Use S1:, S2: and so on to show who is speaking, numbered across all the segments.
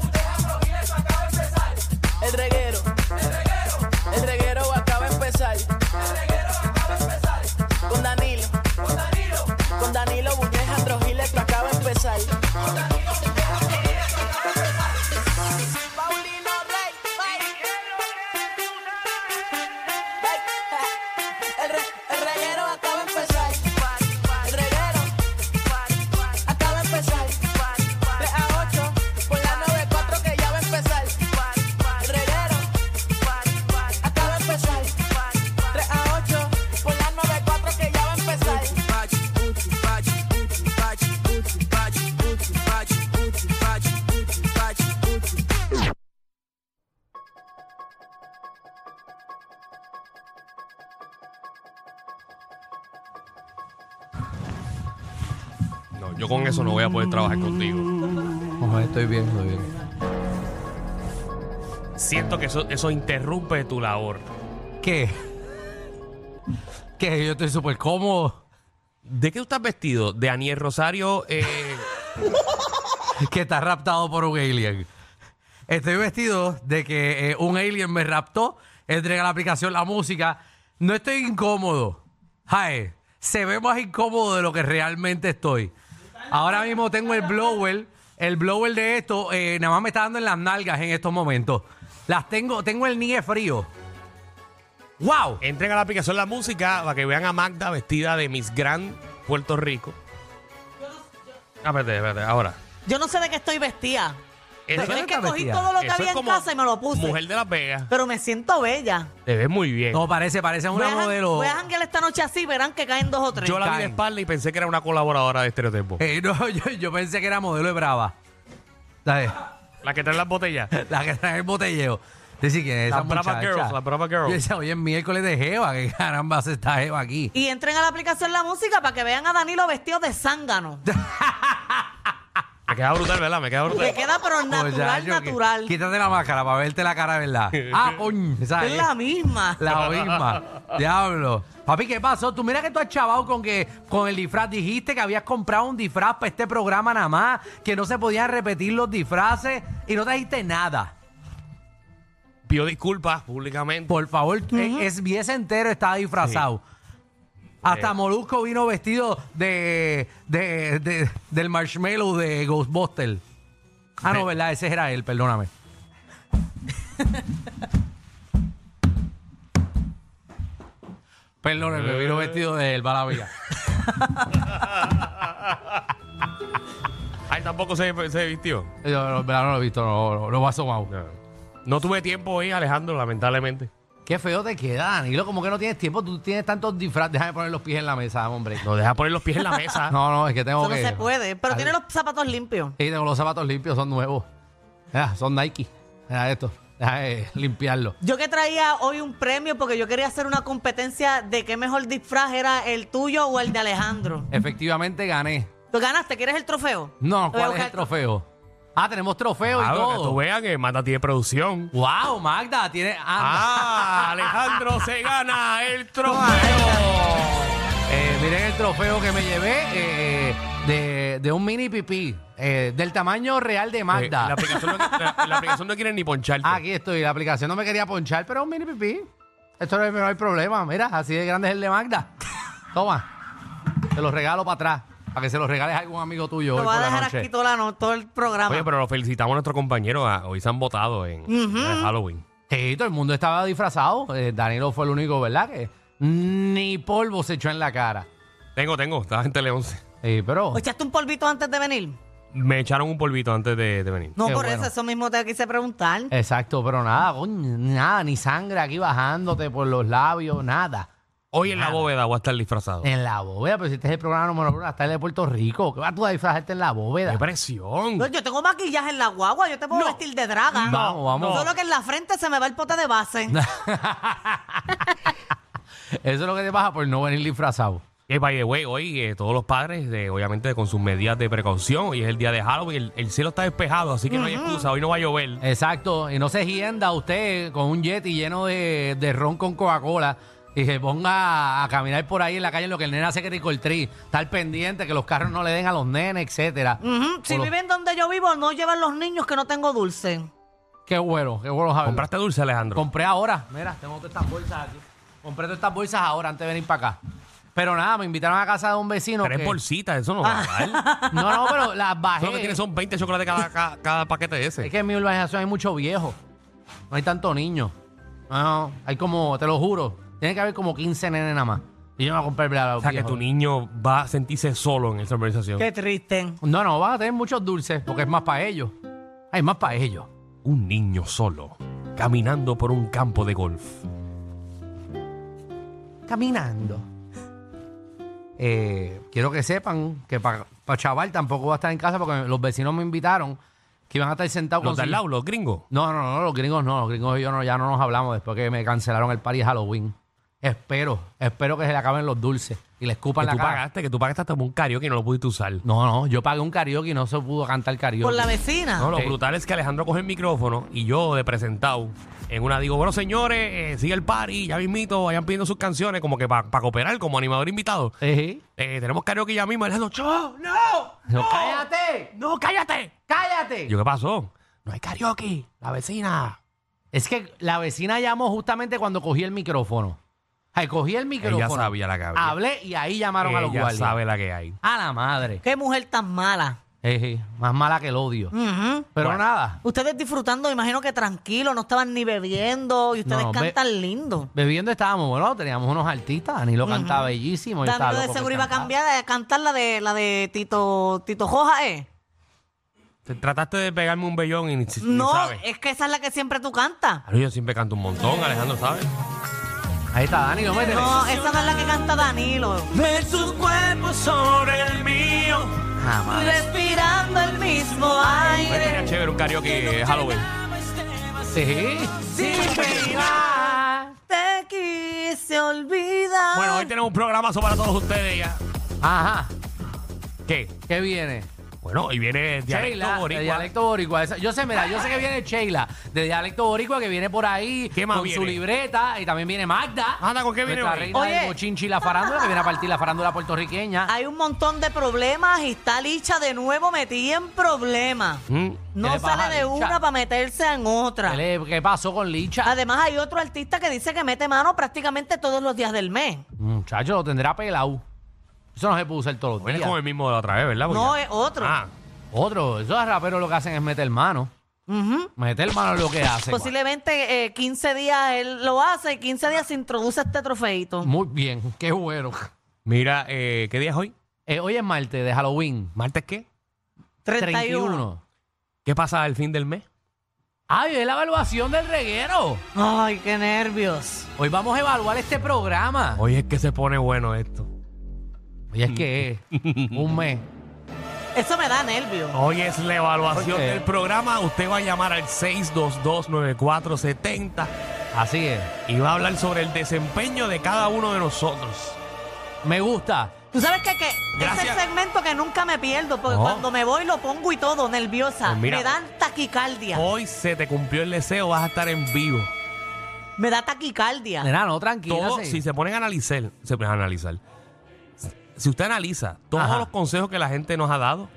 S1: Busca Alejandro Giles esto acaba de empezar. El reguero. El reguero. El reguero acaba de empezar. El reguero acaba de empezar. Con Danilo. Con Danilo. Con Danilo Busca Alejandro Giles esto acaba de empezar. Con Danilo Busca Alejandro Giles esto acaba de empezar. Paulino Rey. El, re- el reguero acaba de empezar. El reguero acaba de empezar. 3 a 8 por la 94 que ya va a empezar. El reguero acaba de empezar. 3 a 8 por la 94 que ya va a empezar.
S2: No, yo con eso no voy a poder trabajar contigo.
S3: Ojalá estoy bien, estoy bien.
S4: Siento que eso, eso interrumpe tu labor.
S3: ¿Qué? ¿Qué? Yo estoy súper cómodo.
S4: ¿De qué tú estás vestido? ¿De Aniel Rosario? eh,
S3: Que estás raptado por un alien. Estoy vestido de que eh, un alien me raptó, entrega la aplicación, la música. No estoy incómodo. Jae, se ve más incómodo de lo que realmente estoy. Ahora mismo tengo el blower. El blower de esto eh, nada más me está dando en las nalgas en estos momentos. Las tengo, tengo el nie frío. ¡Wow!
S5: Eh.
S4: entren a la aplicación La Música para que vean a Magda vestida de Miss Gran Puerto Rico. Ah, espérate, espérate, ahora.
S5: Yo no sé de qué estoy vestida.
S4: Eso-
S5: Pero es que
S3: estás
S5: cogí
S3: vestida?
S5: todo lo que
S4: eso es
S5: había en
S4: como
S5: casa y me lo puse.
S4: Mujer de Las Vegas.
S5: Pero me siento bella.
S4: Te ves muy bien.
S3: No, parece, parece
S5: Voy
S3: una
S5: a, jan-
S3: modelo.
S5: voy a janguear esta noche así, verán que caen dos o tres.
S4: yo la vi de
S3: caen.
S4: espalda y pensé que era una colaboradora de Estereotipo.
S3: Eh, no, yo, yo pensé que era modelo de Brava. ¿Sabes?
S4: La que trae las botellas.
S3: La que trae el botelleo. Decir que esa
S4: Las Brava
S3: muchacha-
S4: Girls, las Brava Girls.
S3: Yo decía, oye, es miércoles de Jeva, que caramba hace esta Jeva aquí.
S5: Y entren a la aplicación La Música para que vean a Danilo vestido de zángano.
S4: Me queda brutal, ¿verdad? Me queda
S5: Le
S4: brutal.
S5: queda pero
S3: Pues
S5: natural,
S3: Muchacho, que-
S5: natural.
S3: Quítate la máscara para verte la cara, de ¿verdad? Ah, coño, esa
S5: Es
S3: es
S5: la misma.
S3: la misma. Diablo. Papi, ¿qué pasó? Tú mira que tú has chavado con que con el disfraz. Dijiste que habías comprado un disfraz para este programa nada más, que no se podían repetir los disfraces y no trajiste nada.
S4: Pido disculpas públicamente.
S3: Por favor, eh, es bien entero está disfrazado. Hasta
S4: Eh.
S3: Molusco vino vestido de, de- de- del marshmallow de Ghostbuster. Ah, no,
S4: Eh.
S3: verdad, ese era él, perdóname. Perdóneme, vino vestido de él, va la vida.
S4: Ay, tampoco se, se vistió.
S3: Yo no, en verdad, no lo he visto, no, no, no me ha asomado.
S4: No. No tuve tiempo hoy, Alejandro, lamentablemente.
S3: Qué feo te queda, Danilo, como que no tienes tiempo, tú tienes tantos disfraces. Déjame poner los pies en la mesa, hombre.
S4: No deja poner los pies en la mesa.
S3: No, no, es que tengo
S5: Eso no
S3: que...
S5: se puede. Pero tiene los zapatos limpios.
S3: Y tengo los zapatos limpios, son nuevos. Mira, son Nike. Mira esto. Déjame limpiarlo.
S5: Yo que traía hoy un premio porque yo quería hacer una competencia de qué mejor disfraz era el tuyo o el de Alejandro.
S3: Efectivamente gané.
S5: ¿Tú ganaste? ¿Quieres el trofeo?
S3: No,
S5: Voy a
S3: ¿cuál es
S5: buscar-
S3: el trofeo? Ah, tenemos trofeo y
S4: Claro, que tú
S3: todo.
S4: veas que Mata tiene producción.
S3: Wow, Magda, tiene.
S4: ¡Ah! Alejandro se gana el trofeo.
S3: Eh, miren el trofeo que me llevé eh, de, de un mini pipí. eh, del tamaño real de
S4: Eh, la,
S3: Magda.
S4: aplicación no, la- la aplicación no quiere ni poncharte.
S3: Ah, Aquí estoy. La aplicación no me quería ponchar, pero es un mini pipí. Esto no hay, no hay problema. Mira, así de grande es el de Magda. Toma. Te lo regalo para atrás. Para que se lo regales a algún amigo tuyo.
S5: Lo
S3: hoy
S5: va a
S3: por la
S5: dejar
S3: noche.
S5: aquí toda la no- todo el programa.
S4: Oye, pero lo felicitamos a nuestros compañeros. ah, Hoy se han votado en, en Halloween.
S3: Sí, todo el mundo estaba disfrazado. Eh, Danilo fue el único, ¿verdad? Que ni polvo se echó en la cara.
S4: Tengo, tengo. Estaba en Tele 11.
S3: Sí, pero.
S5: ¿O echaste un polvito antes de venir?
S4: Me echaron un polvito antes de, de venir.
S5: No,
S3: Qué
S5: por
S3: bueno. Eh.
S5: eso, eso mismo te quise preguntar.
S3: Exacto, pero nada, coño, nada, ni sangre aquí bajándote por los labios, nada.
S4: Hoy en la bóveda voy a estar disfrazado.
S3: En la bóveda, pero si este es el programa número uno, hasta el de Puerto Rico. ¿Qué vas tú a disfrazarte en la bóveda?
S4: ¡Qué presión!
S5: No, Yo tengo maquillaje en la guagua, yo te puedo vestir de draga.
S3: Vamos, vamos.
S5: Solo que en la frente se me va el pote de base.
S3: Eso es lo que te pasa por no venir disfrazado.
S4: Eh, by the way, hoy eh, todos los padres, de, obviamente con sus medidas de precaución, hoy es el día de Halloween, el, el cielo está despejado, así que no hay excusa, hoy no va a llover.
S3: Eh, Exacto. Y no se hienda usted con un jetty lleno de, de ron con Coca-Cola y se ponga a caminar por ahí en la calle en lo que el nene hace que ricoltrí. Estar pendiente que los carros no le den a los nenes, etcétera.
S5: Ujú, Si
S3: Por lo-
S5: viven donde yo vivo, no llevan los niños que no tengo dulce.
S3: Qué bueno, qué bueno saberlo.
S4: ¿Compraste dulce, Alejandro?
S3: Compré ahora. Mira, tengo todas estas bolsas aquí. Compré todas estas bolsas ahora antes de venir para acá. Pero nada, me invitaron a casa de un vecino.
S4: Tres
S3: que-
S4: bolsitas, eso no va a
S3: Ah.
S4: dar.
S3: No, no, pero las bajé.
S4: Eso lo que tiene son 20 chocolates cada, cada, cada paquete de ese.
S3: Es que en mi urbanización hay mucho viejo. No hay tanto niño. No, no, hay como, te lo juro, tiene que haber como 15 nenes nada más. Y yo me voy a comprar a los
S4: o sea, que
S3: viejos.
S4: tu niño va a sentirse solo en esa organización.
S5: Qué triste.
S3: No, no, van a tener muchos dulces porque es más para ellos. Hay más para ellos.
S4: Un niño solo, caminando por un campo de golf.
S3: Caminando. Eh, quiero que sepan que para chaval tampoco va a estar en casa porque los vecinos me invitaron que iban a estar sentados
S4: ¿Los
S3: con
S4: de
S3: su-
S4: al lado, los gringos?
S3: No, no, no, los gringos no, los gringos y yo no, ya no nos hablamos después que me cancelaron el party de Halloween. Espero, espero que se le acaben los dulces y le
S4: Que
S3: escupan la
S4: tú
S3: cara.
S4: pagaste, que tú pagaste hasta por un karaoke y no lo pudiste usar.
S3: No, no, yo pagué un karaoke y no se pudo cantar karaoke.
S5: Por la vecina.
S4: No, lo
S3: Sí.
S4: brutal es que Alejandro coge el micrófono y yo de presentado en una digo, bueno señores, eh, sigue el party, ya mismito, vayan pidiendo sus canciones como que para cooperar como animador invitado.
S3: Sí.
S4: Eh, tenemos karaoke ya mismo, Alejandro, ¡Cho! ¡Oh, ¡No!
S3: No, ¡Cállate!
S4: ¡No, cállate!
S3: ¡Cállate!
S4: Yo, ¿qué pasó? No hay karaoke, la vecina.
S3: Es que la vecina llamó justamente cuando cogí el micrófono. Ay, cogí el micrófono.
S4: sabía la que había.
S3: Hablé y ahí llamaron a los
S4: Ella
S3: guardias.
S4: sabe la que hay.
S3: A la madre.
S5: Qué mujer tan mala.
S3: Eje, más mala que el odio.
S5: Ujú.
S3: Pero
S4: Mm. Bueno.
S3: nada,
S5: Ustedes disfrutando, me imagino que tranquilo, no estaban ni bebiendo y ustedes
S3: No, ve-
S5: cantan lindo.
S3: bebiendo estábamos, bueno, teníamos unos artistas. Danilo cantaba bellísimo. yo estaba
S5: Danilo de
S3: loco que
S5: seguro iba a
S3: cantara.
S5: cambiar a cantar la de la de Tito Tito Joja, ¿eh?
S4: Te trataste de pegarme un vellón y ni, si- ni
S5: No,
S4: sabes.
S5: es que esa es la que siempre tú cantas.
S4: Ahora Yo siempre canto un montón, Alejandro, ¿sabes?
S3: Ahí está, Danilo, métele.
S5: No, esa no es la que canta Danilo.
S1: De sus cuerpos sobre el mío,
S3: Ah, madre.
S5: Respirando el mismo
S4: Pues Sería
S5: aire.
S4: chévere un karaoke de Halloween.
S3: Sí.
S5: Te quise olvidar.
S4: Bueno, hoy tenemos un programazo para todos ustedes ya.
S3: Ajá.
S4: ¿Qué?
S3: ¿Qué viene?
S4: Bueno, hoy viene el dialecto
S3: Sheila,
S4: boricua.
S3: de dialecto boricua. Esa- Yo sé, mira, yo sé que viene Sheila, de dialecto boricua, que viene por ahí
S4: ¿Qué más
S3: con su
S4: viene?
S3: libreta. Y también viene Magda.
S4: Magda, ¿con qué viene
S3: nuestra
S4: hoy?
S3: reina
S5: Oye.
S3: del bochinchi y la farándula, que viene a partir la farándula puertorriqueña.
S5: Hay un montón de problemas y está Licha de nuevo metida en problemas.
S4: Mm.
S3: ¿Qué
S5: No
S3: le pasa
S5: sale
S3: a
S5: de
S3: Licha?
S5: una para meterse en otra.
S3: ¿Qué, le- qué pasó con Licha?
S5: Además hay otro artista que dice que mete mano prácticamente todos los días del mes.
S3: Muchacho, lo tendrá pelado. Eso no se puede usar todos los
S4: Viene
S3: días.
S4: con el mismo de la otra vez, ¿verdad? Porque
S5: No,
S4: ya-
S5: es otro.
S4: Ah,
S3: Otro, esos raperos lo que hacen es meter mano.
S5: Ujú.
S3: Meter mano es lo que hacen.
S5: Posiblemente eh, 15 días él lo hace y 15 días se introduce este trofeito.
S3: Muy bien, qué bueno.
S4: mira, eh, ¿qué día es hoy?
S3: Eh, hoy es martes de Halloween.
S4: ¿Martes qué?
S5: 31.
S4: ¿Qué pasa al fin del mes?
S3: Ay, es la evaluación del reguero.
S5: Ay, qué nervios.
S3: Hoy vamos a evaluar este programa.
S4: Hoy es que se pone bueno esto.
S3: Oye, es que es un mes.
S5: Eso me da nervios.
S4: Hoy es la evaluación
S3: ¿Por qué?
S4: del programa. Usted va a llamar al 6229470
S3: Así es.
S4: y va a hablar sobre el desempeño de cada uno de nosotros.
S3: Me gusta.
S5: Tú sabes que, que es el
S4: Gracias.
S5: segmento que nunca me pierdo porque
S4: No.
S5: cuando me voy lo pongo y todo, nerviosa.
S4: Pues mira. Oh.
S5: me dan taquicardia.
S4: Hoy se te cumplió el deseo, vas a estar en vivo.
S5: Me da taquicardia.
S3: Nena, no, tranquila.
S4: Todo,
S3: sí.
S4: si se ponen a analizar, se ponen a analizar. Si usted analiza todos
S3: Ajá.
S4: los consejos que la gente nos ha dado,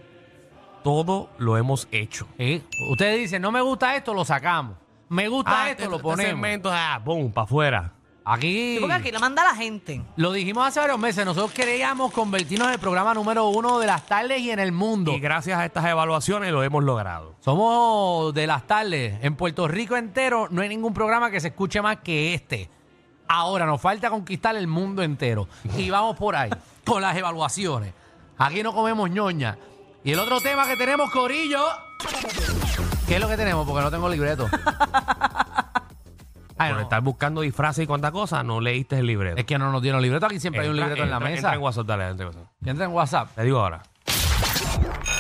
S4: todo lo hemos hecho.
S3: Sí. Ustedes dicen, no me gusta esto, lo sacamos. Me gusta
S4: Ah,
S3: esto,
S4: este-
S3: lo
S4: este
S3: ponemos.
S4: segmento, ah, boom, para afuera.
S3: aquí.
S5: Sí, Porque aquí lo manda la gente.
S3: Lo dijimos hace varios meses. Nosotros queríamos convertirnos en el programa número uno de las tardes y en el mundo.
S4: Y gracias a estas evaluaciones lo hemos logrado.
S3: Somos de las tardes. En Puerto Rico entero no hay ningún programa que se escuche más que este. Ahora nos falta conquistar el mundo entero. Y vamos por ahí, con las evaluaciones. Aquí no comemos ñoña. Y el otro tema que tenemos, Corillo. ¿Qué es lo que tenemos? Porque no tengo libreto. Ay,
S4: por
S3: Ah, no.
S4: estar buscando disfraces y cuánta cosa, no leíste el libreto.
S3: Es que no nos dieron libreto. Aquí siempre hay un
S4: Entra-
S3: libreto en la
S4: entra-
S3: mesa.
S4: Entra en WhatsApp, dale, entra en WhatsApp.
S3: Entra en WhatsApp.
S4: Te digo ahora.